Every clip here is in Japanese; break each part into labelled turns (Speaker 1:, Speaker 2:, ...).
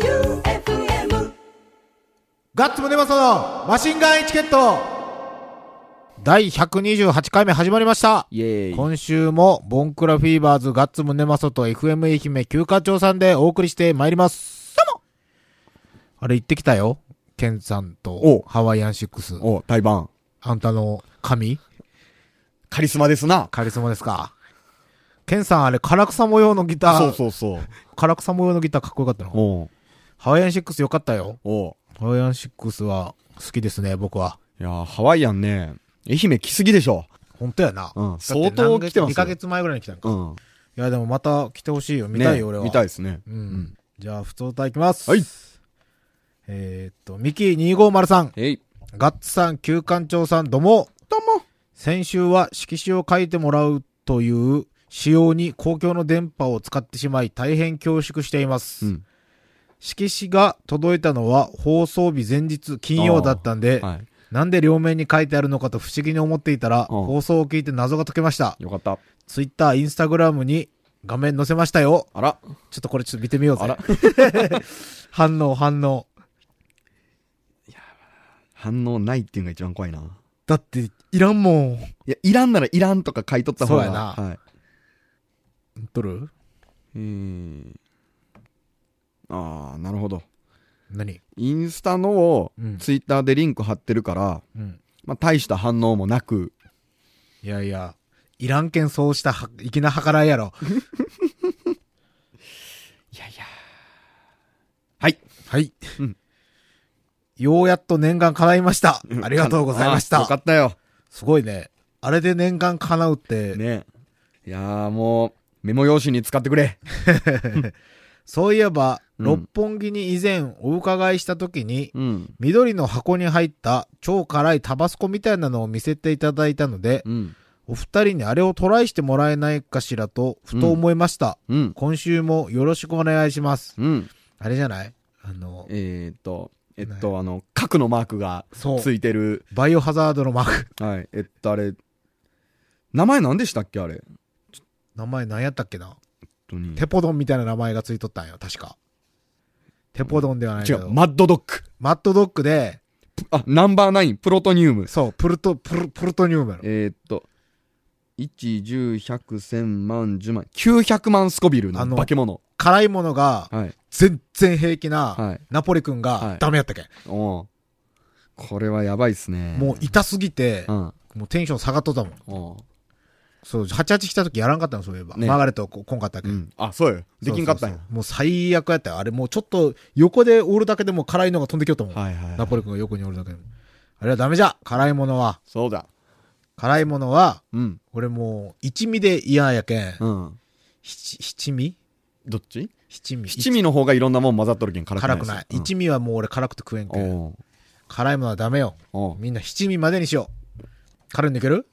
Speaker 1: J-O-E-U-F-M
Speaker 2: ガッツムネマソのマシンガンエチケット第128回目始まりました
Speaker 3: イエーイ。
Speaker 2: 今週もボンクラフィーバーズガッツムネマソと FM 愛媛休暇長さんでお送りしてまいりますどうもあれ行ってきたよケンさんと
Speaker 3: お
Speaker 2: ハワイアンシックス
Speaker 3: お、台湾。
Speaker 2: あんたの髪
Speaker 3: カリスマですな。
Speaker 2: カリスマですかケンさんあれ唐草模様のギター
Speaker 3: そうそうそう。
Speaker 2: 唐草模様のギターかっこよかったの
Speaker 3: おう
Speaker 2: ハワイアンシックスよかったよ
Speaker 3: おう
Speaker 2: ハワイアンシックスは好きですね僕はい
Speaker 3: やーハワイアンね、愛媛来すぎでしょ。
Speaker 2: 本当やな。
Speaker 3: うん相当来てますよ
Speaker 2: 2ヶ月前ぐらいに来たんか。
Speaker 3: うん。
Speaker 2: いや、でもまた来てほしいよ。見たいよ、俺は。
Speaker 3: 見たいですね。
Speaker 2: うん。じゃあ、普通歌いきます。
Speaker 3: はい。
Speaker 2: えーっと、ミキ250さん、
Speaker 3: えい。
Speaker 2: ガッツさん、旧館長さん、どうも。
Speaker 3: どうも。
Speaker 2: 先週は色紙を書いてもらうという仕様に公共の電波を使ってしまい、大変恐縮しています。
Speaker 3: うん
Speaker 2: 色紙が届いたのは放送日前日金曜だったんで、
Speaker 3: は
Speaker 2: なんで両面に書いてあるのかと不思議に思っていたら、
Speaker 3: うん
Speaker 2: 放送を聞いて謎が解けました
Speaker 3: い。。よかった。
Speaker 2: ツイッター、インスタグラムに画面載せましたよ。
Speaker 3: あら。
Speaker 2: ちょっとこれちょっと見てみようぜ。
Speaker 3: あら
Speaker 2: 反応、反応。
Speaker 3: 反応ないっていうのが一番怖いな。
Speaker 2: だって、いらんもん。
Speaker 3: いや、いらんならいらんとか買い取った方が。
Speaker 2: そうやな
Speaker 3: はい。
Speaker 2: 撮る
Speaker 3: えー。あー、なるほど。
Speaker 2: 何
Speaker 3: インスタのを
Speaker 2: うん
Speaker 3: ツイッターでリンク貼ってるから、
Speaker 2: うん。
Speaker 3: まあ、大した反応もなく、
Speaker 2: いやいや、いらんけんそうしたは、粋な計らいやろ。
Speaker 3: はい。
Speaker 2: はい。
Speaker 3: うん
Speaker 2: ようやっと念願叶いました。ありがとうございまし
Speaker 3: あーよか
Speaker 2: た。
Speaker 3: ったよ。
Speaker 2: すごいね。あれで念願叶うって、
Speaker 3: ねいやーもう、メモ用紙に使ってくれ。
Speaker 2: そういえば、
Speaker 3: うん
Speaker 2: 六本木に以前お伺いした時に、
Speaker 3: うん。
Speaker 2: 緑の箱に入った超辛いタバスコみたいなのを見せていただいたので、
Speaker 3: うん。
Speaker 2: お二人にあれをトライしてもらえないかしらと、ふと思いました。
Speaker 3: うん。
Speaker 2: 今週もよろしくお願いします。
Speaker 3: うん。
Speaker 2: あれじゃないあの、
Speaker 3: えーっと、えっと、あの、核のマークが
Speaker 2: そう
Speaker 3: ついてる。
Speaker 2: バイオハザードのマーク。
Speaker 3: はい。えっと、あれ、名前何でしたっけあれ。本
Speaker 2: 名前何やったっけな
Speaker 3: 当に
Speaker 2: テポドンみたいな名前がついとったんよ、確か。テポドンではない
Speaker 3: 違
Speaker 2: けど。
Speaker 3: う、マッドドッグ。
Speaker 2: マットドッグで、
Speaker 3: あ、ナンバーナイン、プロトニウム。
Speaker 2: そう、プルト、プル、プルトニウムやろ
Speaker 3: えーっと、1、10、100、1000万、10万、900万スコビル
Speaker 2: あ
Speaker 3: の
Speaker 2: の
Speaker 3: 化け物。
Speaker 2: 辛いものが、
Speaker 3: はい。
Speaker 2: 全然平気
Speaker 3: は、
Speaker 2: ないナポリ君
Speaker 3: は
Speaker 2: が
Speaker 3: い、
Speaker 2: ダメやったけん。
Speaker 3: おうこれはやばいっすね。
Speaker 2: もう痛すぎて
Speaker 3: う、ん。
Speaker 2: もうテンション下がっとったもん。
Speaker 3: おう
Speaker 2: そう、88来た時やらんかったの、そういえば。
Speaker 3: ね
Speaker 2: マーガレットこ、こんかったけ。
Speaker 3: うんん。あ、そうよ。できんかった
Speaker 2: そ
Speaker 3: ん
Speaker 2: う
Speaker 3: や
Speaker 2: そう。そうもう最悪やったよ。あれもうちょっと横でおるだけでも辛いのが飛んできよったもん。
Speaker 3: はいはい。
Speaker 2: ナポリ君が横におるだけでも。あれはダメじゃ辛いものは。
Speaker 3: そうだ。
Speaker 2: 辛いものは、
Speaker 3: うん。
Speaker 2: 俺もう一味で嫌やけん。
Speaker 3: うん。
Speaker 2: 七七味
Speaker 3: どっち
Speaker 2: 七味。
Speaker 3: 七味の方がいろんなもん混ざっとるけん辛くない
Speaker 2: 辛くない。
Speaker 3: うん
Speaker 2: 一味はもう俺辛くて食えんけん。
Speaker 3: おう
Speaker 2: 辛いものはダメよ。
Speaker 3: おう
Speaker 2: みんな七味までにしよう。辛いんでいける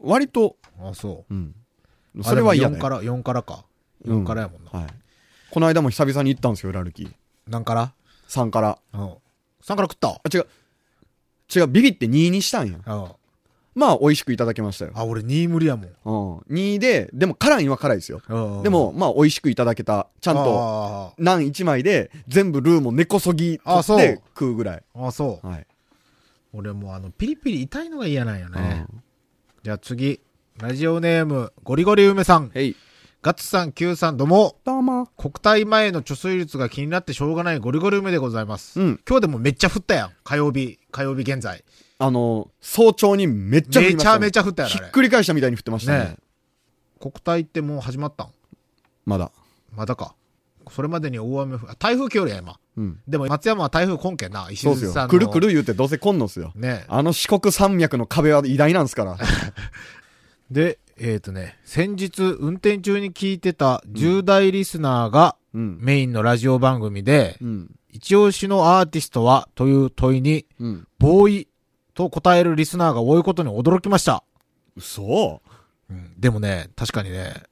Speaker 3: 割と、
Speaker 2: あ、そうう。
Speaker 3: ん。
Speaker 2: あ
Speaker 3: それは嫌
Speaker 2: で
Speaker 3: だ
Speaker 2: も
Speaker 3: よ
Speaker 2: 4から、4からか。
Speaker 3: うん
Speaker 2: 4からやもんな。
Speaker 3: はい。この間も久々に行ったんですよ、裏歩き。
Speaker 2: 何から
Speaker 3: 3から。
Speaker 2: うん。3から食った
Speaker 3: あ、違う。違う、ビビって2にしたん
Speaker 2: う
Speaker 3: や。
Speaker 2: ん。
Speaker 3: まあ、美味しくいただけましたよ。
Speaker 2: あ、俺2無理やもん。
Speaker 3: うん。2で、でも辛いんは辛いですよ。
Speaker 2: うん
Speaker 3: で、も、まあ、美味しくいただけた。ち
Speaker 2: ち
Speaker 3: ゃんと、
Speaker 2: と。
Speaker 3: ナン1枚で、全部ルーも根こそぎ取
Speaker 2: あ
Speaker 3: っ
Speaker 2: そう
Speaker 3: て食うぐらい。
Speaker 2: あ、そう。
Speaker 3: はい。
Speaker 2: 俺もうあの、ピリピリ痛いのが嫌なんよね。じゃあ次。ラジオネーム、ゴリゴリ梅さん。
Speaker 3: へい。
Speaker 2: ガッツさん、Q さん、どうも。
Speaker 3: どうも。
Speaker 2: 国体前の貯水率が気になってしょうがないゴリゴリ梅でございます。
Speaker 3: うん
Speaker 2: 今日でもめっちゃ降ったやん。火曜日、火曜日現在。
Speaker 3: あの、早朝にめっちゃ降り
Speaker 2: め
Speaker 3: まし
Speaker 2: ち
Speaker 3: た
Speaker 2: ゃ
Speaker 3: ね
Speaker 2: めちゃ降ったやん、
Speaker 3: ひ
Speaker 2: あれ
Speaker 3: っ。くり返したみたいに降ってましたね。
Speaker 2: ね国体ってもう始まったん
Speaker 3: まだ。
Speaker 2: まだか。それまでに大雨ふ、あ台風来よりや、今。
Speaker 3: うん。
Speaker 2: でも松山は台風来んけんな、石
Speaker 3: そうっす
Speaker 2: 津
Speaker 3: よ
Speaker 2: さん。の。
Speaker 3: くるくる言うてどうせ来んのっすよ。
Speaker 2: ね
Speaker 3: あの四国山脈の壁は偉大なん すから。
Speaker 2: で、えっ、とね、先日運転中に聞いてた10代リスナーが
Speaker 3: うん。
Speaker 2: メインのラジオ番組で、
Speaker 3: うん。
Speaker 2: 一押しのアーティストはという問いに、
Speaker 3: うん。
Speaker 2: ボーイと答えるリスナーが多いことに驚きました。
Speaker 3: 嘘
Speaker 2: でもね、確かにね、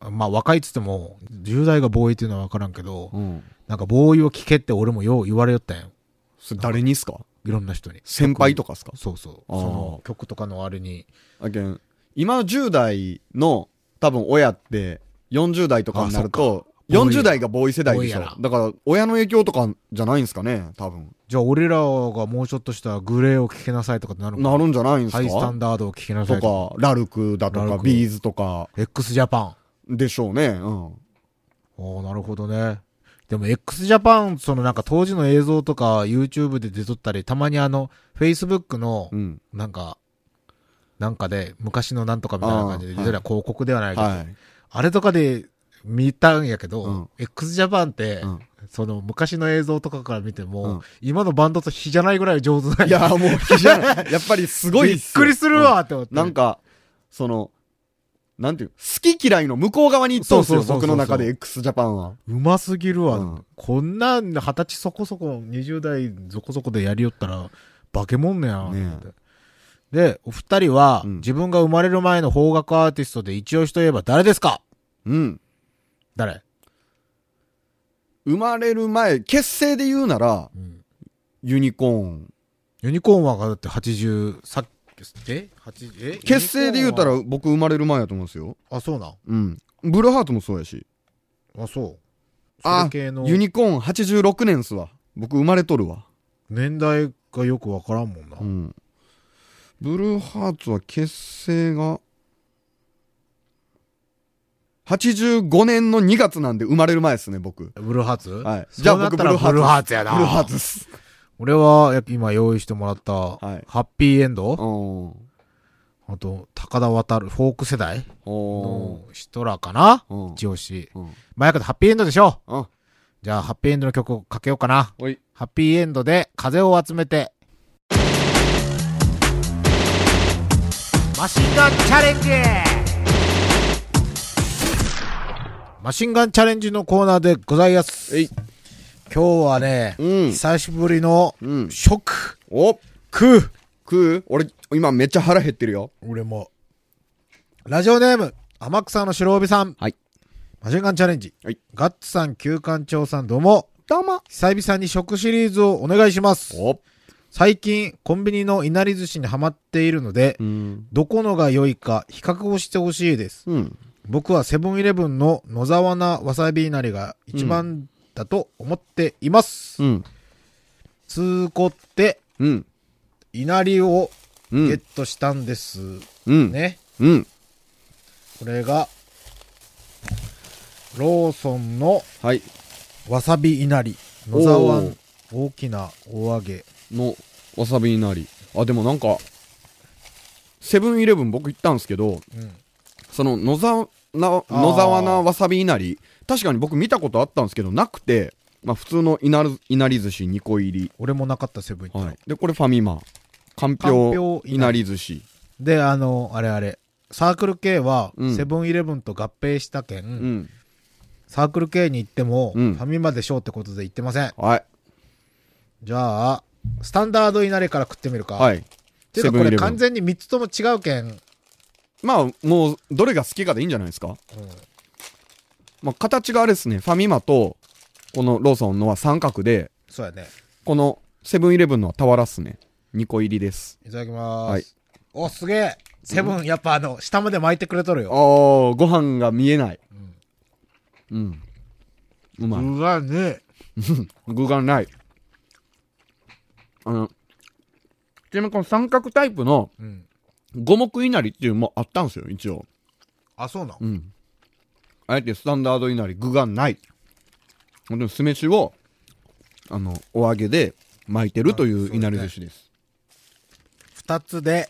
Speaker 2: まあ若いっつっても、10代がボーイっていうのはわからんけど、
Speaker 3: うん。
Speaker 2: なんかボーイを聞けって俺もよう言われよったんよ。
Speaker 3: それ誰にっすか
Speaker 2: いろんな人に。
Speaker 3: 先輩とかっすか
Speaker 2: そうそう。
Speaker 3: あー
Speaker 2: その曲とかのあれに。
Speaker 3: あけん、今の10代の多分親って40代とかになると、
Speaker 2: ボーイ
Speaker 3: 40代がボーイ世代でし
Speaker 2: ボーイや
Speaker 3: ょ。
Speaker 2: な
Speaker 3: だから、親の影響とかじゃないんすかね、多分。
Speaker 2: じゃあ俺らがもうちょっとしたらグレーを聴けなさいとかってなるのか
Speaker 3: なるんじゃないんす
Speaker 2: ハイスタ
Speaker 3: か
Speaker 2: ンダードを聴けなさいとか。
Speaker 3: とか、ラルクだと
Speaker 2: ラ
Speaker 3: か、
Speaker 2: ルク
Speaker 3: ビーズとか、
Speaker 2: x ジャパン。
Speaker 3: でしょうね。うん。
Speaker 2: おーなるほどね。でも x ジャパンそのなんか当時の映像とか YouTube で出とったり、たまにあの、Facebook の
Speaker 3: う、ん。
Speaker 2: なんか、なんかで、昔のなんとかみたいな感じで、
Speaker 3: あー
Speaker 2: 出てる広告ではないけど、
Speaker 3: はい。
Speaker 2: あれとかで見たんやけど、
Speaker 3: うん
Speaker 2: x ジャパンって、
Speaker 3: うん
Speaker 2: その昔の映像とかから見ても、
Speaker 3: うん
Speaker 2: 今のバンドと比じゃないぐらい上手ない
Speaker 3: いや、もう、非じゃない やっぱりすご
Speaker 2: びっ
Speaker 3: い
Speaker 2: くり
Speaker 3: す
Speaker 2: するわって思って。
Speaker 3: よ。なんか、その、なんていう、好き嫌いの向こう側に行ったんです
Speaker 2: そうそう
Speaker 3: よ、
Speaker 2: そうそ
Speaker 3: 僕
Speaker 2: う
Speaker 3: の中で x ジャパンは。
Speaker 2: うますぎるわ。
Speaker 3: うん
Speaker 2: こんなん、二十歳そこそこ、二十代そこそこでやりよったら、化け物やん、
Speaker 3: ね
Speaker 2: で、お二人は、
Speaker 3: うん
Speaker 2: 自分が生まれる前の邦楽アーティストで一押しといえば誰ですか
Speaker 3: うん。
Speaker 2: 誰
Speaker 3: 生まれる前、結成で言うなら、
Speaker 2: うん
Speaker 3: ユニコーン。
Speaker 2: ユニコーンはだって80、さっき、え ?80、え
Speaker 3: 結成で言うた、
Speaker 2: ユニコーン
Speaker 3: ら、僕生まれる前やと思うんですよ。
Speaker 2: はあ、そうなん。
Speaker 3: うん。ブルーハートもそうやし。
Speaker 2: あ、そう。そ
Speaker 3: あ
Speaker 2: れ系の
Speaker 3: ユニコーン86年っすわ。僕生まれとるわ。
Speaker 2: 年代がよくわからんもんな。
Speaker 3: うん。ブルーハーツは結成が、85年の2月なんで生まれる前ですね、僕。
Speaker 2: ブルーハーツ
Speaker 3: はい。
Speaker 2: じゃあ僕ブルーハーツ。ブルーハーツやな。
Speaker 3: ブルーハーツっす。
Speaker 2: 俺は、や今用意してもらった、
Speaker 3: い
Speaker 2: ハッピーエンド、
Speaker 3: おー
Speaker 2: あと、高田渡る、フォーク世代
Speaker 3: お
Speaker 2: の人らかな
Speaker 3: ー。うん
Speaker 2: 一押し。
Speaker 3: うん。
Speaker 2: まあ、やけどハッピーエンドでしょ
Speaker 3: あ、
Speaker 2: じゃあ、ハッピーエンドの曲をかけようかな。
Speaker 3: おい。
Speaker 2: ハッピーエンドで、風を集めて。マシンガンチャレンジマシンガンチャレンジのコーナーでございます。
Speaker 3: えい。
Speaker 2: 今日はね、
Speaker 3: うん
Speaker 2: 久しぶりの、
Speaker 3: うん。
Speaker 2: ショック、
Speaker 3: お
Speaker 2: クー
Speaker 3: 食う俺、今めっちゃ腹減ってるよ。
Speaker 2: 俺も。ラジオネーム、天草の白帯さん。
Speaker 3: はい。
Speaker 2: マシンガンチャレンジ。
Speaker 3: はい
Speaker 2: ガッツさん、旧館長さん、どうも。
Speaker 3: たま。
Speaker 2: 久々に食シリーズをお願いします。
Speaker 3: お
Speaker 2: 最近、コンビニのいなり寿司にハマっているので、
Speaker 3: うん。
Speaker 2: どこのが良いか比較をしてほしいです。
Speaker 3: うん。
Speaker 2: 僕はセブンイレブンの野沢菜わさびいなりが一番だと思っています。
Speaker 3: うん。
Speaker 2: 通こって、
Speaker 3: うん。
Speaker 2: いなりを
Speaker 3: う
Speaker 2: ゲッ
Speaker 3: ん。
Speaker 2: トしたんです。
Speaker 3: うん。
Speaker 2: ね。
Speaker 3: うん。
Speaker 2: これが、ローソンの
Speaker 3: はい。
Speaker 2: わさびいなり。野沢湾大きな大揚げ。
Speaker 3: のわさびになりあでもなんかセブンイレブン僕行ったんですけど
Speaker 2: うん。
Speaker 3: その野沢な野沢菜わさびいなり確かに僕見たことあったんですけどなくて、まあ、普通のいなるいなり寿司2個入り、
Speaker 2: 俺もなかったセブン行ったの、
Speaker 3: はい、でこれファミマかんぴ
Speaker 2: かんぴょ
Speaker 3: ょ
Speaker 2: う
Speaker 3: う
Speaker 2: い
Speaker 3: い
Speaker 2: な
Speaker 3: な
Speaker 2: り
Speaker 3: り寿司
Speaker 2: で、あの、あれあれ。サークル系は
Speaker 3: うん
Speaker 2: セブンイレブンと合併したけん、
Speaker 3: うん
Speaker 2: サークル系に行っても、
Speaker 3: うん
Speaker 2: ファミマでしょうってことで行ってません。
Speaker 3: はい
Speaker 2: じゃあ、スタンダードいなりから食ってみるか。。
Speaker 3: はいい
Speaker 2: ていう
Speaker 3: セ
Speaker 2: か
Speaker 3: ブ
Speaker 2: こ
Speaker 3: ンイ
Speaker 2: れ
Speaker 3: レブ
Speaker 2: 完
Speaker 3: ン
Speaker 2: 全に3つとも違うけん。うん。
Speaker 3: まあもうどれが好きかでいいんじゃないですか、まあ、形があれですねファミマとこのローソンのは三角で
Speaker 2: そうやね。
Speaker 3: このセブンイレブンのは俵っすね2個入りです
Speaker 2: いただきます。
Speaker 3: はい
Speaker 2: お、すげえセブン、やっぱあの、下まで巻いてくれとるよ。
Speaker 3: ああ、ご飯が見えない。うん。うまい。
Speaker 2: うわね。
Speaker 3: 具がない。あの、ちなみにこの三角タイプの
Speaker 2: うん。
Speaker 3: 五目いなりっていうのもあったんですよ、一応。
Speaker 2: あ、そうなん。
Speaker 3: うん。あえてスタンダードいなり、具がない。ほんとに酢飯を、あの、お揚げで巻いてるとい
Speaker 2: あそう
Speaker 3: う
Speaker 2: ね
Speaker 3: いなり寿司です。
Speaker 2: 2つで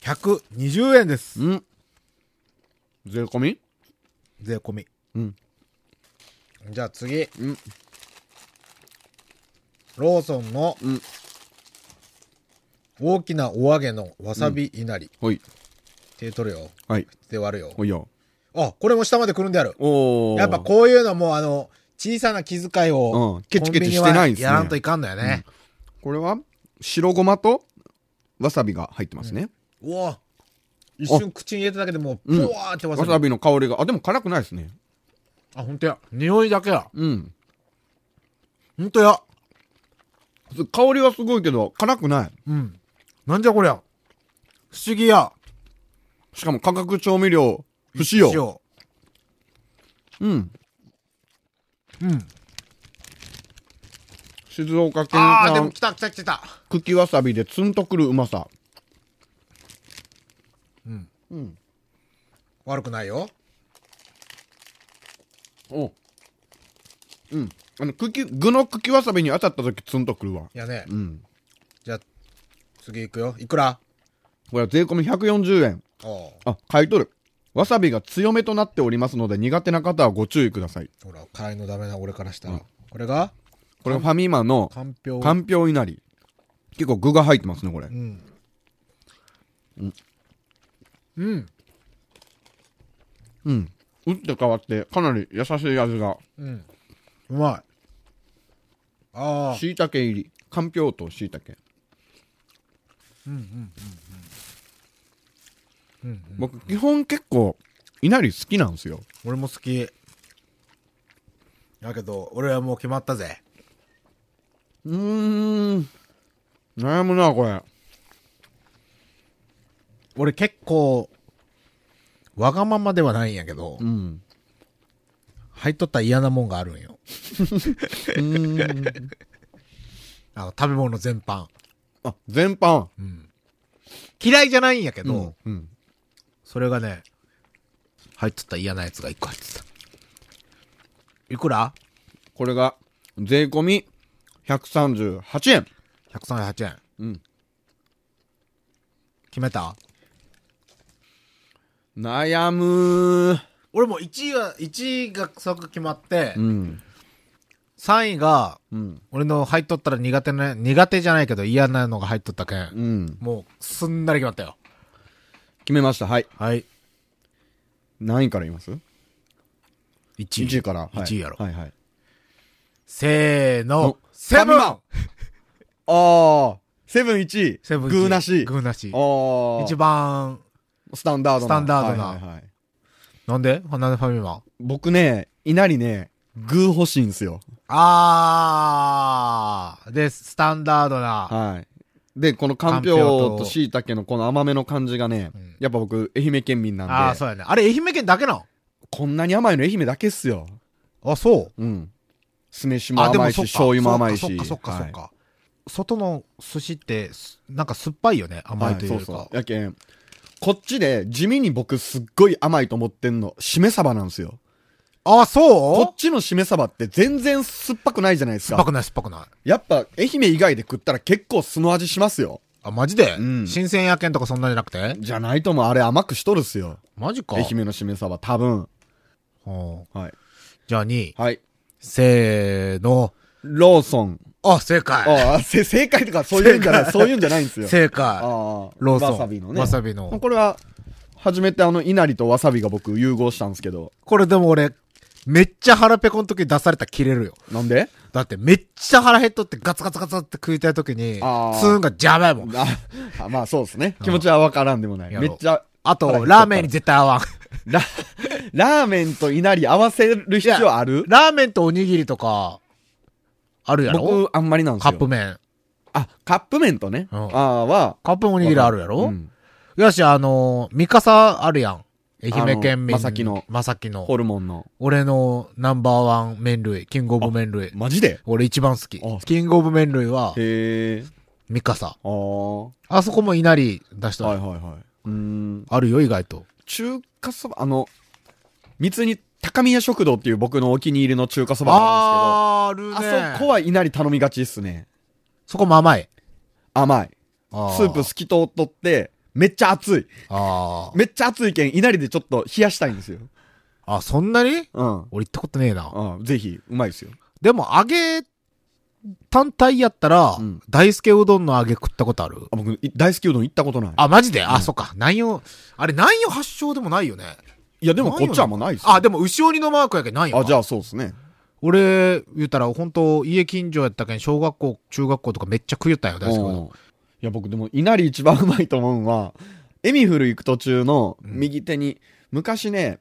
Speaker 2: 120円です。
Speaker 3: うん。税込み
Speaker 2: 税込み。
Speaker 3: うん。
Speaker 2: じゃあ次。
Speaker 3: うん
Speaker 2: ローソンの、
Speaker 3: うん
Speaker 2: 大きなお揚げのわさびいなり。
Speaker 3: ほい。
Speaker 2: 手取るよ。
Speaker 3: はい。
Speaker 2: 手割るよ。
Speaker 3: ほいよ。
Speaker 2: あ、これも下までくるんである。
Speaker 3: おー。
Speaker 2: やっぱこういうのもあの、小さな気遣いを、
Speaker 3: うんケチケチしてないん
Speaker 2: コンビ
Speaker 3: すね
Speaker 2: ニはやらんといかんのよね。
Speaker 3: これは白ごまとわさびが入ってますね、
Speaker 2: うわ一瞬口に入れただけでもう、
Speaker 3: うん
Speaker 2: ぷわーってわさ
Speaker 3: わ
Speaker 2: び。
Speaker 3: さびの香りがあでも辛くないですね
Speaker 2: あ、ほんとや。匂いだけや。
Speaker 3: うん
Speaker 2: ほんとや。
Speaker 3: 香りはすごいけど辛くない
Speaker 2: うん。なんじゃこりゃ。不思議や。
Speaker 3: しかも化学調味料不使用
Speaker 2: 塩
Speaker 3: うん
Speaker 2: うん。
Speaker 3: 静岡県
Speaker 2: ああ、でも
Speaker 3: 産
Speaker 2: 来た来た来た。
Speaker 3: 茎わさびでツンとくるうまさ
Speaker 2: 悪くないよ。
Speaker 3: おうんあの茎具の茎わさびに当たった時ツンとくるわ
Speaker 2: いやね。
Speaker 3: うん
Speaker 2: じゃあ、次行くよ。いくら
Speaker 3: これは税込み140円
Speaker 2: おう
Speaker 3: あ買い取るわさびが強めとなっておりますので苦手な方はご注意ください
Speaker 2: ほら、辛いのダメな俺からしたら。これが
Speaker 3: これがファミマの
Speaker 2: かんぴょう。
Speaker 3: かんぴょういなり結構具が入ってますねこれ
Speaker 2: うん。うん。
Speaker 3: うん打って変わってかなり優しい味が
Speaker 2: うん。うまい。ああ。
Speaker 3: しいたけ入りかんぴょうとしいたけ僕基本結構いなり好きなんですよ
Speaker 2: 俺も好き。だけど、俺はもう決まったぜ。
Speaker 3: うーん悩むなこれ
Speaker 2: 俺結構、わがままではないんやけど、
Speaker 3: うん
Speaker 2: 入っとったら嫌なもんがあるんよ。あの食べ物全般。
Speaker 3: あ全般
Speaker 2: 嫌いじゃないんやけど、
Speaker 3: うん、うん、
Speaker 2: それがね、入っとったら嫌なやつが一個入ってた。いくら
Speaker 3: これが税込み138円
Speaker 2: ?138 円。
Speaker 3: うん
Speaker 2: 決めた
Speaker 3: 悩む
Speaker 2: 俺も1位は、1位が即決まって、
Speaker 3: うん
Speaker 2: 3位が、
Speaker 3: うん
Speaker 2: 俺の入っとったら苦手な、苦手じゃないけど嫌なのが入っとったけん。
Speaker 3: うん
Speaker 2: もう、すんなり決まったよ。
Speaker 3: 決めましたはい
Speaker 2: はい。
Speaker 3: 何位から言います
Speaker 2: 1位。
Speaker 3: 1位から、はい、
Speaker 2: 1位やろ。
Speaker 3: はいはい
Speaker 2: せーの
Speaker 3: の、
Speaker 2: セブ
Speaker 3: ファミ
Speaker 2: ン
Speaker 3: マああセブン1位
Speaker 2: セブン
Speaker 3: グーなし
Speaker 2: グーなし
Speaker 3: あ。あ
Speaker 2: 一番、
Speaker 3: スタンダードな
Speaker 2: スタンダードな
Speaker 3: はいはいはい
Speaker 2: なんでなんでファミマ
Speaker 3: 僕ね稲荷ねグー欲しいんですよ
Speaker 2: あー。で、スタンダードな。
Speaker 3: はいでこのかんぴょ
Speaker 2: かん
Speaker 3: う
Speaker 2: ぴょうと
Speaker 3: としいたけのこの甘めの感じがね、
Speaker 2: ん
Speaker 3: やっぱ僕愛媛県民なんで
Speaker 2: あー、そうやね。あれ、愛媛県だけなの
Speaker 3: こんなに甘いの愛媛だけっすよ
Speaker 2: あ、そう。
Speaker 3: うん酢飯も
Speaker 2: あ、で
Speaker 3: 甘
Speaker 2: も
Speaker 3: いし
Speaker 2: そっか。
Speaker 3: 醤油も甘いし
Speaker 2: そっかそっかそっかそっ
Speaker 3: は
Speaker 2: か。外の寿司って、すなんか酸っぱいよね。
Speaker 3: い
Speaker 2: 甘いという
Speaker 3: は
Speaker 2: よ
Speaker 3: そ
Speaker 2: り
Speaker 3: そ
Speaker 2: か。
Speaker 3: やけんこっちで地味に僕すっごい甘いと思ってんのしめ鯖なんですよ
Speaker 2: あ、そう
Speaker 3: こっちのしめ鯖って全然酸っぱくないじゃないです
Speaker 2: 酸っぱ
Speaker 3: か
Speaker 2: くない酸っぱくない。
Speaker 3: やっぱ愛媛以外で食ったら結構酢の味しますよ
Speaker 2: あ、マジで、
Speaker 3: うん
Speaker 2: 新鮮やけんとかそんなんじゃなくて
Speaker 3: じゃないともあれ甘くしとるっすよ
Speaker 2: マジか。
Speaker 3: 愛媛のしめ鯖多分
Speaker 2: はあ
Speaker 3: はい
Speaker 2: じゃあ2位。
Speaker 3: はい
Speaker 2: せーの。
Speaker 3: ローソン
Speaker 2: あ、正解。
Speaker 3: ああ、せ、 正解とかそういうんじゃない、そういうんじゃないんですよ。
Speaker 2: 正解。
Speaker 3: ああ、
Speaker 2: ローソン
Speaker 3: わさびのね。
Speaker 2: わさびの
Speaker 3: これは、初めてあの、稲荷とわさびが僕融合したんですけど。
Speaker 2: これでも俺、めっちゃ腹ペコの時に出されたら切れるよ。
Speaker 3: なんで
Speaker 2: だってめっちゃ腹減っとってガツガツガツって食いたい時に、ツ
Speaker 3: あー
Speaker 2: ーンが邪魔やもん。
Speaker 3: ああまあそうですね。気持ちはわからんでもない。
Speaker 2: や
Speaker 3: め
Speaker 2: ろ
Speaker 3: っちゃ、
Speaker 2: あ
Speaker 3: 腹
Speaker 2: と、
Speaker 3: 減っちゃった
Speaker 2: ラーメンに絶対合わん。
Speaker 3: ラ、 ラーメンと稲荷合わせる必要ある
Speaker 2: ラーメンとおにぎりとか、あるやろ
Speaker 3: 僕、あんまりなんです
Speaker 2: カ
Speaker 3: よ。
Speaker 2: ップ麺。
Speaker 3: あ、カップ麺とね。
Speaker 2: う
Speaker 3: あ
Speaker 2: ん
Speaker 3: あは、
Speaker 2: カップおにぎりあるやろ、
Speaker 3: うん
Speaker 2: よし、あのー、ミカサあるやん。愛媛県民。
Speaker 3: あのまさきの
Speaker 2: まさきの。
Speaker 3: ホルモンの。
Speaker 2: 俺のナンバーワン麺類、キングオブ麺類。
Speaker 3: マジで
Speaker 2: 俺一番好き
Speaker 3: あ。
Speaker 2: キングオブ麺類は、
Speaker 3: へえ。
Speaker 2: ミカサ。
Speaker 3: ああ。は
Speaker 2: あそこも稲荷出し
Speaker 3: い
Speaker 2: た
Speaker 3: はい
Speaker 2: の。
Speaker 3: はい。うーん。
Speaker 2: あるよ、意外と。
Speaker 3: 中華そば、あの、三つに高宮食堂っていう僕のお気に入りの中華そばがあ
Speaker 2: ある
Speaker 3: る
Speaker 2: ね
Speaker 3: んですけど、あそこはいなり頼みがちっすね。
Speaker 2: そこも甘い。
Speaker 3: 甘い。
Speaker 2: スー
Speaker 3: スープ透き通っとって、めっちゃ熱い。
Speaker 2: あー
Speaker 3: めっちゃ熱いけん、いなりでちょっと冷やしたいんですよ。
Speaker 2: あ、そんなに
Speaker 3: うん。
Speaker 2: 俺行ったことねえな。
Speaker 3: うん、ぜひ、うまいですよ。
Speaker 2: でも、揚げ、単体やったら
Speaker 3: うん、
Speaker 2: 大輔うどんの揚げ食ったことある
Speaker 3: あ、僕、い大好きうどん行ったことない。
Speaker 2: あ、マジであ、そっか。南洋、あれ南洋発祥でもないよね。
Speaker 3: いや、でもこっちはあんまないっすよ
Speaker 2: あ、でも、牛鬼のマークやけんないよな。
Speaker 3: あ、じゃあそうっすね。
Speaker 2: 俺、言うたら、本当家近所やったけん、小学校、中学校とかめっちゃ食いよったんよ、大好き
Speaker 3: うんいや、僕でも、稲荷一番うまいと思うんは、エミフル行く途中の右手に、昔ね、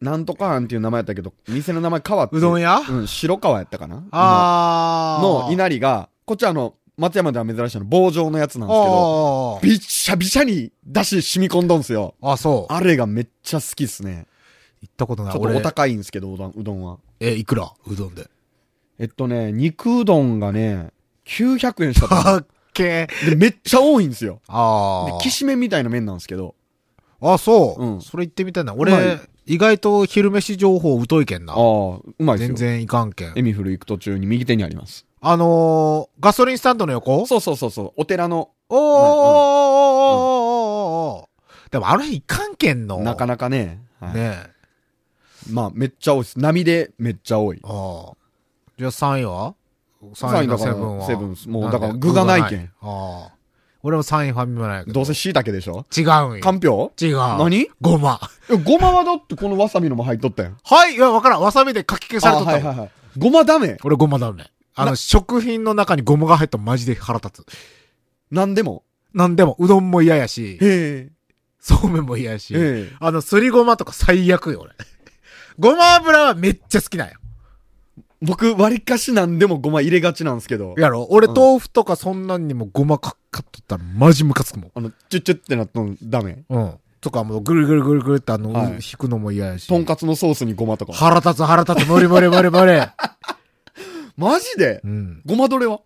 Speaker 3: なんとかあんっていう名前やったけど、店の名前変わって。
Speaker 2: うどん屋
Speaker 3: うん、白川やったかな
Speaker 2: あ
Speaker 3: 今
Speaker 2: ー。
Speaker 3: の稲荷が、こっちはあの、松山では珍しいあの棒状のやつなんですけど、
Speaker 2: あー
Speaker 3: びっしゃびしゃに出汁染み込んどんすよ。
Speaker 2: あ、そう。
Speaker 3: あれがめっちゃ好きっすね。
Speaker 2: 行ったことない。
Speaker 3: ちょっとお
Speaker 2: 俺、
Speaker 3: 高いんですけど、うどんうどんは。
Speaker 2: え、いくらうどん で。
Speaker 3: えっとね、肉うどんがね、900円し たと思
Speaker 2: かっけ
Speaker 3: う。で、めっちゃ多いんですよ。
Speaker 2: あ
Speaker 3: で
Speaker 2: あ。
Speaker 3: きしめんみたいな麺なんですけど。
Speaker 2: あ、そう、
Speaker 3: うん
Speaker 2: それ行ってみたいな。
Speaker 3: うま
Speaker 2: 俺
Speaker 3: い、
Speaker 2: 意外と昼飯情報疎いけんな
Speaker 3: ああ。、うまいです
Speaker 2: 全
Speaker 3: よ。
Speaker 2: 然いかんけん
Speaker 3: エ。ミフル行く途中に右手にあります。
Speaker 2: あのー、ガソリンスタンドの横
Speaker 3: そうそうそうそう、お寺の、
Speaker 2: おーおーおー
Speaker 3: うん
Speaker 2: おーおーおーおーでもあの辺いかんけんの。
Speaker 3: なかなかね、はい
Speaker 2: ねえ。
Speaker 3: まあ、めっちゃ多いです。波でめっちゃ多い。
Speaker 2: ああ。じゃあ3位は
Speaker 3: 三
Speaker 2: ?3 位のセブンは。
Speaker 3: セブンですもう
Speaker 2: なんで
Speaker 3: だから具がないけん
Speaker 2: ああ。俺も3位ファミマなんやけど。
Speaker 3: どうせ椎茸でしょ
Speaker 2: 違うん
Speaker 3: か
Speaker 2: よ。
Speaker 3: んぴょ
Speaker 2: 違う。
Speaker 3: う何
Speaker 2: ごま。
Speaker 3: えごまはだってこのわさびのも入っとったやん。
Speaker 2: はいいや、わからん。わさびでかき消されとった
Speaker 3: あ
Speaker 2: も
Speaker 3: は
Speaker 2: ん
Speaker 3: いはいはい。ごまダメ
Speaker 2: 俺ごまだね。あの、食品の中にごまが入ったらマジで腹立つ。
Speaker 3: なんでも。
Speaker 2: なんでも、うどんも嫌やし、
Speaker 3: へ
Speaker 2: そうめんも嫌やし
Speaker 3: え。、へえ。
Speaker 2: あの、すりごまとか最悪よ、俺。ごま油はめっちゃ好きなんよ。
Speaker 3: 僕、割かしなんでもごま入れがちなんですけど。
Speaker 2: やろ俺、
Speaker 3: うん
Speaker 2: 豆腐とかそんなんにもごまかかっとったらマジムカつくもん。
Speaker 3: あの、チュッチュってなったのダメ。
Speaker 2: うん。とかもうぐるぐるぐるぐるってあの、
Speaker 3: はい
Speaker 2: 引くのも嫌やし。
Speaker 3: とんかつのソースにごまとか。
Speaker 2: 腹立つ腹立つ、無理無理無理無 理。
Speaker 3: マジで
Speaker 2: うん。
Speaker 3: ごまどれは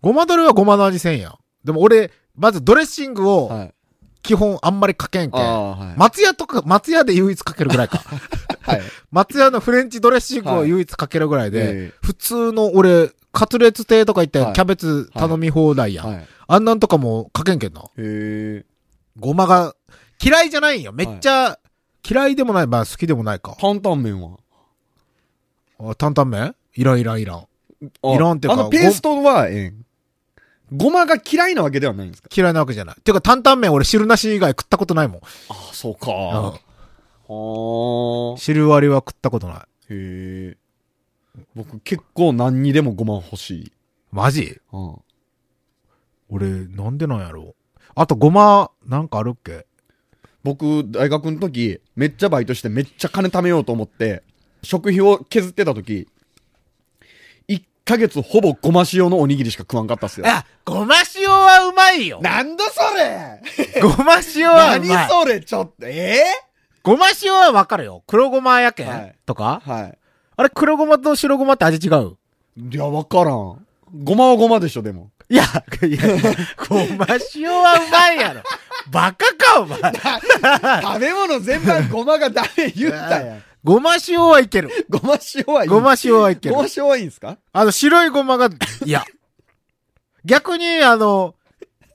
Speaker 2: ごまどれはごまの味せんやん。でも俺、まずドレッシングを
Speaker 3: はい。
Speaker 2: 基本あんまりかけんけん。
Speaker 3: ああー、はい。
Speaker 2: 松屋とか、松屋で唯一かけるぐらい か。
Speaker 3: はい。
Speaker 2: 松屋のフレンチドレッシングを唯一かけるぐらいで、
Speaker 3: はいええ
Speaker 2: 普通の俺、カツレツ亭とか行ったら
Speaker 3: はい
Speaker 2: キャベツ頼み放題やん。
Speaker 3: はい。
Speaker 2: あんなんとかもかけんけんな。
Speaker 3: へえ。
Speaker 2: ごまが嫌いじゃないんよ。めっちゃ、嫌いでもない、まあ好きでもないか。
Speaker 3: 担々麺は
Speaker 2: あ担々麺いらんいらんいらん。
Speaker 3: あ
Speaker 2: いらんっていうか
Speaker 3: あの、ペーストは、ええ。ごまが嫌いなわけではないんですか
Speaker 2: 嫌いなわけじゃない。てか担々麺俺汁なし以外食ったことないもん。
Speaker 3: ああ、そうか。
Speaker 2: うん
Speaker 3: はあ。
Speaker 2: 汁割りは食ったことない。
Speaker 3: へえ。僕結構何にでもごま欲しい。
Speaker 2: マジ
Speaker 3: うん。
Speaker 2: 俺、なんでなんやろう。あとごま、なんかあるっけ
Speaker 3: 僕、大学の時、めっちゃバイトしてめっちゃ金貯めようと思って、食費を削ってた時、1ヶ月ほぼごま塩のおにぎりしか食わんかったっすよ。
Speaker 2: あ、ごま塩はうまいよ
Speaker 3: なんだそ れ
Speaker 2: ごま塩はうまい
Speaker 3: 何。それちょっと、え
Speaker 2: ごま塩はわかるよ。黒ごまやけん、
Speaker 3: はい
Speaker 2: と
Speaker 3: ぇ
Speaker 2: か
Speaker 3: はい。
Speaker 2: あれ、黒ごまと白ごまって味違う
Speaker 3: いや、わからん。ごまはごまでしょ、でも。
Speaker 2: いや、いや、いやごま塩はうまいやろ。バカか、お前。
Speaker 3: 食べ物全般ごまがダメ言ったやん。
Speaker 2: ごま塩はいける。
Speaker 3: ごま塩はいい。
Speaker 2: ごま塩はいける
Speaker 3: ご。ま塩はいいんすか
Speaker 2: あの、白いごまが、いや。逆に、あの、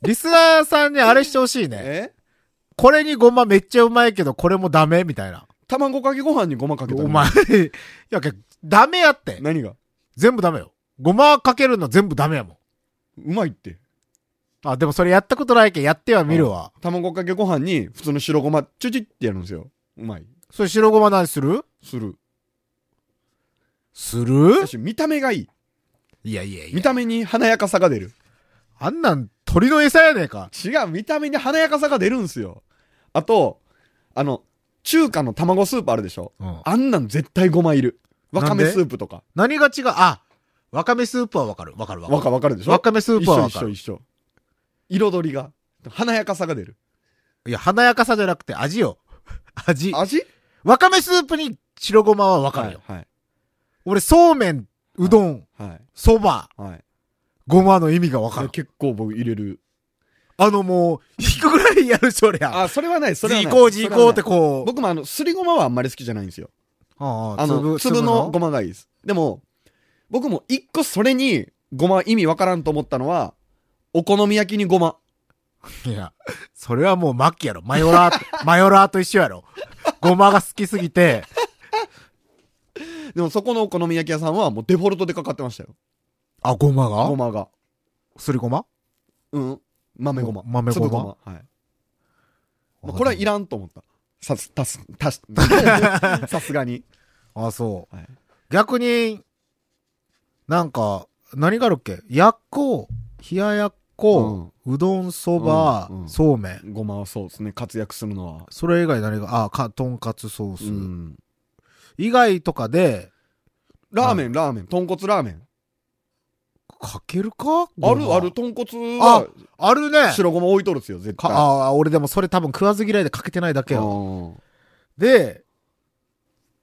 Speaker 2: リスナーさんにあれしてほしいね。
Speaker 3: え
Speaker 2: これにごまめっちゃうまいけど、これもダメみたいな。
Speaker 3: 卵かけご飯にごまかけたの
Speaker 2: お前、いやけ、ダメやって。
Speaker 3: 何が
Speaker 2: 全部ダメよ。ごまかけるの全部ダメやもん。
Speaker 3: うまいって。
Speaker 2: あ、でもそれやったことないけん、やってはみるわ。
Speaker 3: 卵かけご飯に普通の白ごまチュチュってやるんですよ。うまい。
Speaker 2: それ白ごま何する
Speaker 3: する。
Speaker 2: する
Speaker 3: 私、見た目がいい。
Speaker 2: いやいやい
Speaker 3: 見
Speaker 2: や。
Speaker 3: た目に華やかさが出る。
Speaker 2: あんなん鳥の餌やねえか。
Speaker 3: 違う、見た目に華やかさが出るんすよ。あと、あの、中華の卵スープあるでしょ
Speaker 2: うん
Speaker 3: あんなん絶対ごまいる。わかめ
Speaker 2: なんで
Speaker 3: スープとか。
Speaker 2: 何が違うあ、わかめスープはわかる。わかるわか
Speaker 3: わ
Speaker 2: る。
Speaker 3: か、わかるでしょ
Speaker 2: わかめスープはわか
Speaker 3: 一緒
Speaker 2: る。
Speaker 3: 一緒一緒。彩りが。華やかさが出る。
Speaker 2: いや、華やかさじゃなくて味 よ。味。
Speaker 3: 味
Speaker 2: わかめスープに白ごまはわかるよ。
Speaker 3: はい。
Speaker 2: 俺、そうめん、うどん、
Speaker 3: はい。
Speaker 2: そば、
Speaker 3: はい。
Speaker 2: ごまの意味がわか
Speaker 3: はい、
Speaker 2: る。
Speaker 3: 結構僕入れる。
Speaker 2: あのもう、引くぐらいやるし、俺や。
Speaker 3: あ、それはない、それは
Speaker 2: じ
Speaker 3: ないい。
Speaker 2: こうじいこうって
Speaker 3: それはない。
Speaker 2: こう。
Speaker 3: 僕もあの、すりごまはあんまり好きじゃないんですよ。
Speaker 2: あ
Speaker 3: あの、粒のごまがいいです。でも、僕も一個それにごま意味わからんと思ったのは、お好み焼きにごま。
Speaker 2: いや、それはもう末期やろ。マヨラー、 マヨラーと一緒やろ。ごまが好きすぎて、
Speaker 3: でもそこのお好み焼き屋さんはもうデフォルトでかかってましたよ。
Speaker 2: あ、ごまが
Speaker 3: ごまが。
Speaker 2: すりごま
Speaker 3: うん。豆ごま。
Speaker 2: 豆ごま
Speaker 3: 粒ごま。はい。まあこれはいらんと思った。さす、たす、た す、さすがに。
Speaker 2: あ、そう。
Speaker 3: はい
Speaker 2: 逆に、なんか、何があるっけやっこ、冷ややっこ、うどんそば、
Speaker 3: うんうん
Speaker 2: そうめん。
Speaker 3: ごまはそうですね、活躍するのは。
Speaker 2: それ以外何が、あ、か、とんかつソース。
Speaker 3: うん。
Speaker 2: 以外とかで、
Speaker 3: ラーメン、ラーメン、豚骨ラーメン。
Speaker 2: かけるか
Speaker 3: あ
Speaker 2: ご
Speaker 3: る
Speaker 2: ま
Speaker 3: ある、豚骨は
Speaker 2: あるね。
Speaker 3: 白ごま置いとるっすよ、絶
Speaker 2: か
Speaker 3: 対。
Speaker 2: ああ、俺でもそれ多分食わず嫌いでかけてないだけよ。
Speaker 3: うん
Speaker 2: で、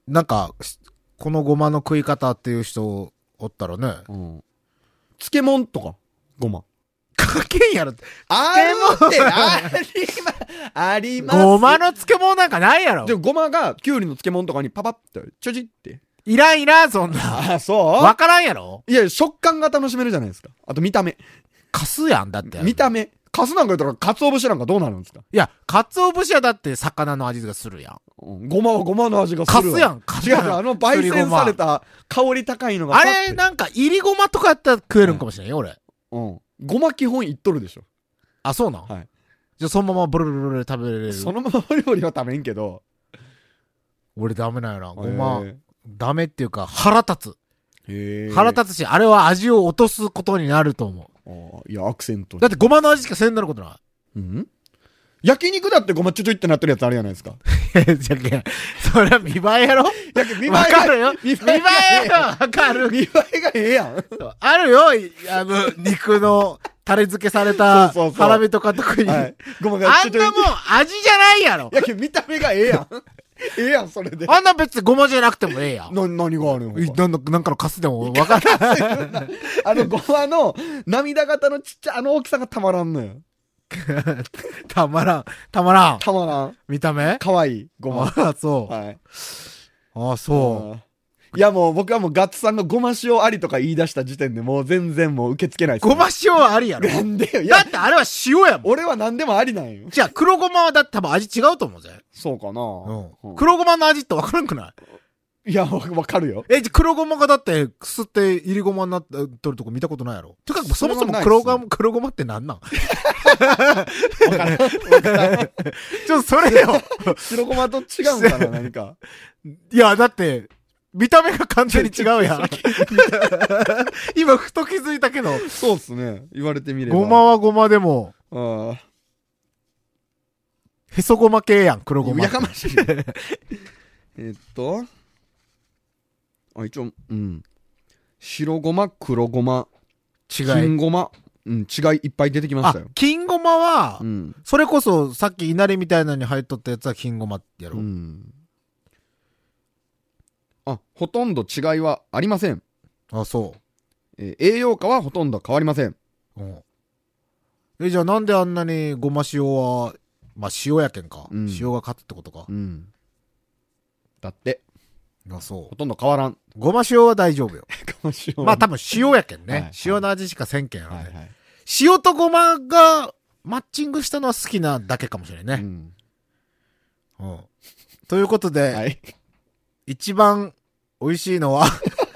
Speaker 2: なんか、しこのごまの食い方っていう人おったらね。
Speaker 4: うん。
Speaker 3: 漬物とか、ごま。
Speaker 2: かけんやろって。
Speaker 3: あるってあ りま、あります。
Speaker 2: ごまの漬物なんかないやろ
Speaker 3: で、。ごまが、きゅうりの漬物とかにパパッと、ちょじって。
Speaker 2: いらんいらん、そんな。
Speaker 3: あ、そ
Speaker 2: わからんやろ
Speaker 3: ういや、食感が楽しめるじゃないですか。あと見た目。
Speaker 2: カスやん、だって。
Speaker 3: 見た目。カスなんか言ったら、カツオ節なんかどうなるんですか
Speaker 2: いや、かつお節はだって魚の味がするやん。
Speaker 3: うんごまはごまの味がす
Speaker 2: カ
Speaker 3: るわ。
Speaker 2: スやん、カス
Speaker 3: 違う
Speaker 2: や
Speaker 3: 違う、あの
Speaker 2: す
Speaker 3: 焙
Speaker 2: りご
Speaker 3: 煎
Speaker 2: ま
Speaker 3: された香り高いのがパ
Speaker 2: あ
Speaker 3: ッて。
Speaker 2: れ、なんか、いりごまとかやったら食えるんかもしれんよ、俺。
Speaker 3: うん。ごま基本いっとるでしょ。
Speaker 2: あ、そうなん
Speaker 3: はい
Speaker 2: じゃあ、そのままブルブルブル食べれる。
Speaker 3: そのままお料理は食べんけど。
Speaker 2: 俺ダメなんやな。ご
Speaker 3: へ
Speaker 2: ま
Speaker 3: ー、
Speaker 2: ダメっていうか、腹立
Speaker 3: へ
Speaker 2: つ。
Speaker 3: ー
Speaker 2: 腹立つし、あれは味を落とすことになると思
Speaker 3: あーいや、アクセント
Speaker 2: う。だ。って、ごまの味しかせんなることない。
Speaker 3: うん焼肉だってごまちょちょいってなってるやつあるじゃないですか。
Speaker 2: じゃけん、それは見栄えやろわ
Speaker 3: いや、見栄えが
Speaker 2: かるよ見
Speaker 3: 見栄
Speaker 2: 栄
Speaker 3: えが
Speaker 2: えよわかる
Speaker 3: 見栄えがええやん。
Speaker 2: あるよいあの、肉のタレ漬けされた
Speaker 3: そうそうそう
Speaker 2: ハラミとか特に。
Speaker 3: はい。ごまが
Speaker 2: あ
Speaker 3: ちょ
Speaker 2: ん
Speaker 3: ちょい
Speaker 2: な
Speaker 3: って
Speaker 2: もん味じゃないやろ
Speaker 3: いやけど見た目がええやん。ええやん、それで。
Speaker 2: あんな別にゴマじゃなくてもええやん。
Speaker 3: な、何があるの
Speaker 2: いなんだなんかのカスでもわ からん。
Speaker 3: あの、ごまの涙型のちっちゃいあの大きさがたまらんのよ。
Speaker 2: たまらん。たまらん。
Speaker 3: たまらん。
Speaker 2: 見た目
Speaker 3: かわいい、ごま。
Speaker 2: ああ、そう。
Speaker 3: はい。
Speaker 2: ああ、そう。
Speaker 3: いやもう僕はもうガッツさんがごま塩ありとか言い出した時点でもう全然もう受け付けないです
Speaker 2: ごま塩はありやろ。
Speaker 3: なんでよ。い
Speaker 2: だ
Speaker 3: や
Speaker 2: っ、てあれは塩やもん。
Speaker 3: 俺は何でもありなんよ。
Speaker 2: じゃあ黒ごまはだって多分味違うと思うぜ。
Speaker 3: そうかな
Speaker 2: うん。
Speaker 3: く
Speaker 2: 黒ごまの味ってわからんくない
Speaker 3: いや、わわかるよ。
Speaker 2: え、じゃあ黒ごまがだって、くすって、入りごまになって、とるとこ見たことないやろとかく、そもそも黒ご
Speaker 3: それはないっす
Speaker 2: ま、黒ごまってなんなんちょっとそれよ。
Speaker 3: 白ごまと違うん かな、何か。
Speaker 2: いや、だって、見た目が完全に違うやん。今、ふと気づいたけど、
Speaker 3: そうっすね。言われてみれば。
Speaker 2: ごまはごまでも、
Speaker 3: は。
Speaker 2: へそごま系やん、黒ごま。
Speaker 3: やかましい。 えっと。あ、一応、うん。白ごま、黒ごま、
Speaker 2: 違
Speaker 3: 金
Speaker 2: い。
Speaker 3: ごま。うん、違いいっぱい出てきまし
Speaker 2: あ
Speaker 3: たよ。、
Speaker 2: 金ごまは
Speaker 3: う、ん。
Speaker 2: それこそ、さっき稲荷みたいなのに入っとったやつは金ごまってや
Speaker 3: う
Speaker 2: ろ。
Speaker 3: ん。あ、ほとんど違いはありません。
Speaker 2: あ、そ
Speaker 3: えー栄養価はほとんど変わりません。
Speaker 2: う。うん。え、じゃあなんであんなにごま塩は、まあ塩やけんか。
Speaker 3: うん
Speaker 2: 塩が勝つってことか
Speaker 3: う。ん。だって、
Speaker 2: あ、そ
Speaker 3: ほとんど変わらん。 か
Speaker 2: う。ごま塩は大丈夫よ。
Speaker 3: もしれん
Speaker 2: まあ多分塩やけん
Speaker 3: はいは
Speaker 2: ね
Speaker 3: い。
Speaker 2: 塩の味しかせんけんやろ
Speaker 3: はい
Speaker 2: ね。
Speaker 3: はい。
Speaker 2: 塩とごまがマッチングしたのは好きなだけかもしれないうね。
Speaker 3: ん
Speaker 2: うん。ということで、
Speaker 3: はい。
Speaker 2: 一番美味しいのは、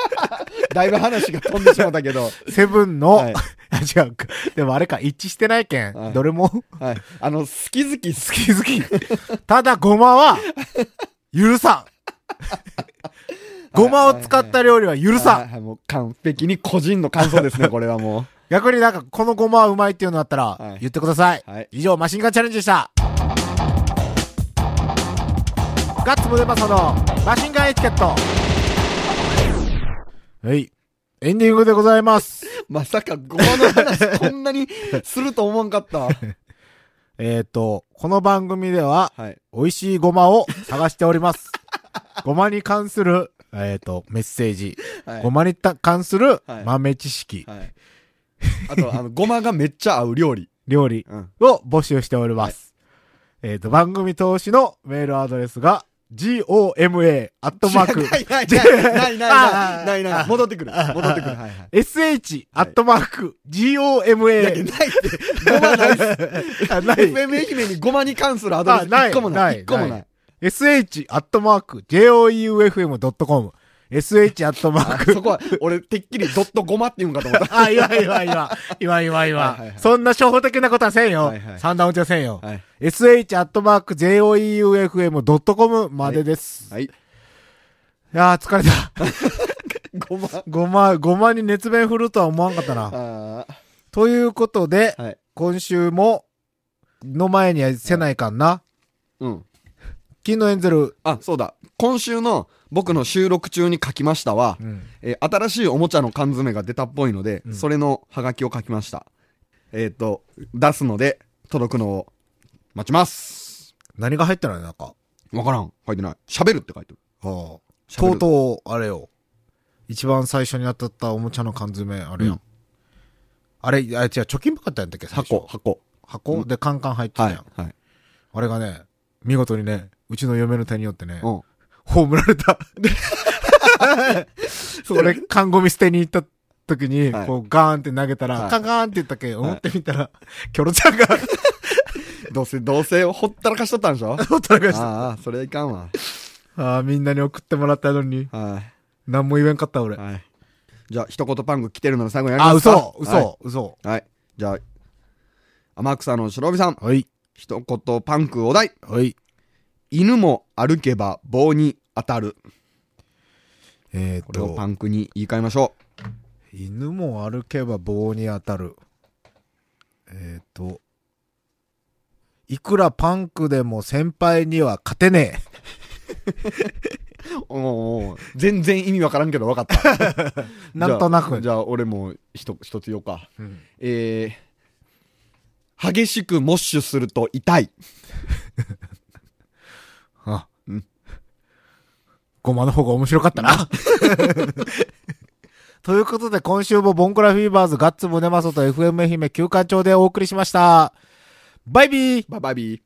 Speaker 3: だいぶ話が飛んでしまったけど。
Speaker 2: セブンの、
Speaker 3: はい
Speaker 2: 違うか、でもあれか、一致してないけん、
Speaker 3: はい
Speaker 2: どれも
Speaker 3: はい。あの、好き好き
Speaker 2: 好き好き。ただ、ごまは、許さん。ごまを使った料理は許さ
Speaker 3: はい
Speaker 2: ん。
Speaker 3: はい、もう完璧に個人の感想 ですね、これはも
Speaker 2: 逆になんか、このごまはうまいっていうのあったら
Speaker 3: は、い
Speaker 2: 言ってください。
Speaker 3: う。はい。
Speaker 2: 以上、マシンガンチャレンジでした。ガッツムデパソのマシンガンエチケット。はい。エンディングでございます。
Speaker 3: まさか、ごまの 話、こんなにすると思わんかった。
Speaker 2: えっ、と、この番組では、
Speaker 3: はい。
Speaker 2: 美味しいごまを探しております。 ごまに関する、えっ、と、メッセージ。
Speaker 3: はい
Speaker 2: ご。まにた関する
Speaker 3: はい
Speaker 2: 豆知識、
Speaker 3: はい。あと、あの、ごまがめっちゃ合う料理。
Speaker 2: 料理
Speaker 3: うん。
Speaker 2: を募集しております。えっ、と、番組投資のメールアドレスが、goma アットマーク、
Speaker 3: ないないないないないない
Speaker 2: あ
Speaker 3: な
Speaker 2: あ
Speaker 3: い。戻ってくる。戻ってくる。はいはい。
Speaker 2: sh アットマーク、
Speaker 3: いやいや
Speaker 2: goma
Speaker 3: ないって。ごまないっす。
Speaker 2: あない
Speaker 3: FM 愛媛にごまに関するアドレス
Speaker 2: あない
Speaker 3: 一個も
Speaker 2: な
Speaker 3: ないい。一個も
Speaker 2: な
Speaker 3: ないい。
Speaker 2: sh アットマーク、joeufm.com sh アットマー
Speaker 3: あ
Speaker 2: ク
Speaker 3: そこは、俺、てっきりドットごまって言うんかと思った。
Speaker 2: あ、いわいわいわ。いわいわいわ
Speaker 3: はいはいは。い
Speaker 2: そんな初歩的なことはせんよ
Speaker 3: はいは。い
Speaker 2: 三段落ちはせんよ。
Speaker 3: はい。
Speaker 2: sh.joeufm.com までです。
Speaker 3: はい。
Speaker 2: いやー、疲れた。
Speaker 3: ごま。
Speaker 2: ごま、ごまに熱弁振るとは思わんかったな。
Speaker 3: あ
Speaker 2: ということで
Speaker 3: あ。、はい。
Speaker 2: 今週も、の前にはせないかんな。
Speaker 3: うん。
Speaker 2: 金のエンゼル。
Speaker 3: あ、そうだ。今週の僕の収録中に書きましたは、
Speaker 2: うん。
Speaker 3: えー新しいおもちゃの缶詰が出たっぽいので、
Speaker 2: うん
Speaker 3: それのハガキを書きました。えっ、と、出すので、届くのを待ちます。
Speaker 2: 何が入ってないのなんか。
Speaker 3: わからん。書いてない。喋るって書いてる。
Speaker 2: はあと
Speaker 3: 喋
Speaker 2: う
Speaker 3: る
Speaker 2: とう、あれよ。一番最初に当たったおもちゃの缶詰、あれよ。
Speaker 3: うん
Speaker 2: あれ、あれ違う、貯金箱やったんだっけ、最初
Speaker 3: 箱、。箱。
Speaker 2: 箱、で、カンカン入ってた
Speaker 3: は
Speaker 2: や
Speaker 3: い
Speaker 2: ん、。
Speaker 3: はい。
Speaker 2: あれがね、見事にね、うちの嫁の手によってね、
Speaker 3: うん。
Speaker 2: 葬られた。 それ、缶ゴミ捨てに行った時に、
Speaker 3: はい
Speaker 2: こうガーンって投げたら、
Speaker 3: はい
Speaker 2: カンカーンって言ったっけ、思ってみたら、キョロちゃんが、
Speaker 3: どうせ、どうせ、ほったらかしとったんでしょ
Speaker 2: ほったらかした。
Speaker 3: ああ、それはいかんわ。
Speaker 2: ああ、みんなに送ってもらったのに、
Speaker 3: は
Speaker 2: 何も言えんかった俺。
Speaker 3: い。
Speaker 2: あ
Speaker 3: はい。じゃあ、一言パンク来てるので最後にやり
Speaker 2: あ、
Speaker 3: ますか
Speaker 2: 嘘嘘、
Speaker 3: は
Speaker 2: 嘘。
Speaker 3: い。はい。じゃあ、天草の白帯さん、
Speaker 2: はい、
Speaker 3: 一言パンクお題。
Speaker 2: はい。
Speaker 3: 犬も歩けば棒に当たる。
Speaker 2: えー、っ
Speaker 3: これを
Speaker 2: と
Speaker 3: パ、ンクに言い換えましょ
Speaker 2: 犬も歩けば棒に当たる。えー、っと、いくらパンクでも先輩には勝てねえ。
Speaker 3: う。おうおう全然意味わからんけど分か った。
Speaker 2: なんとなく。
Speaker 3: じゃあ、じゃあ俺も一一つ言おうか。
Speaker 2: うん
Speaker 3: えー、激しくモッシュすると痛い。
Speaker 2: あ、
Speaker 3: うん。
Speaker 2: ごまの方が面白かったな。 ということで、今週もボンクラフィーバーズガッツムネマソと FM 愛媛休館長でお送りしました。バイビー
Speaker 3: バイバイビー。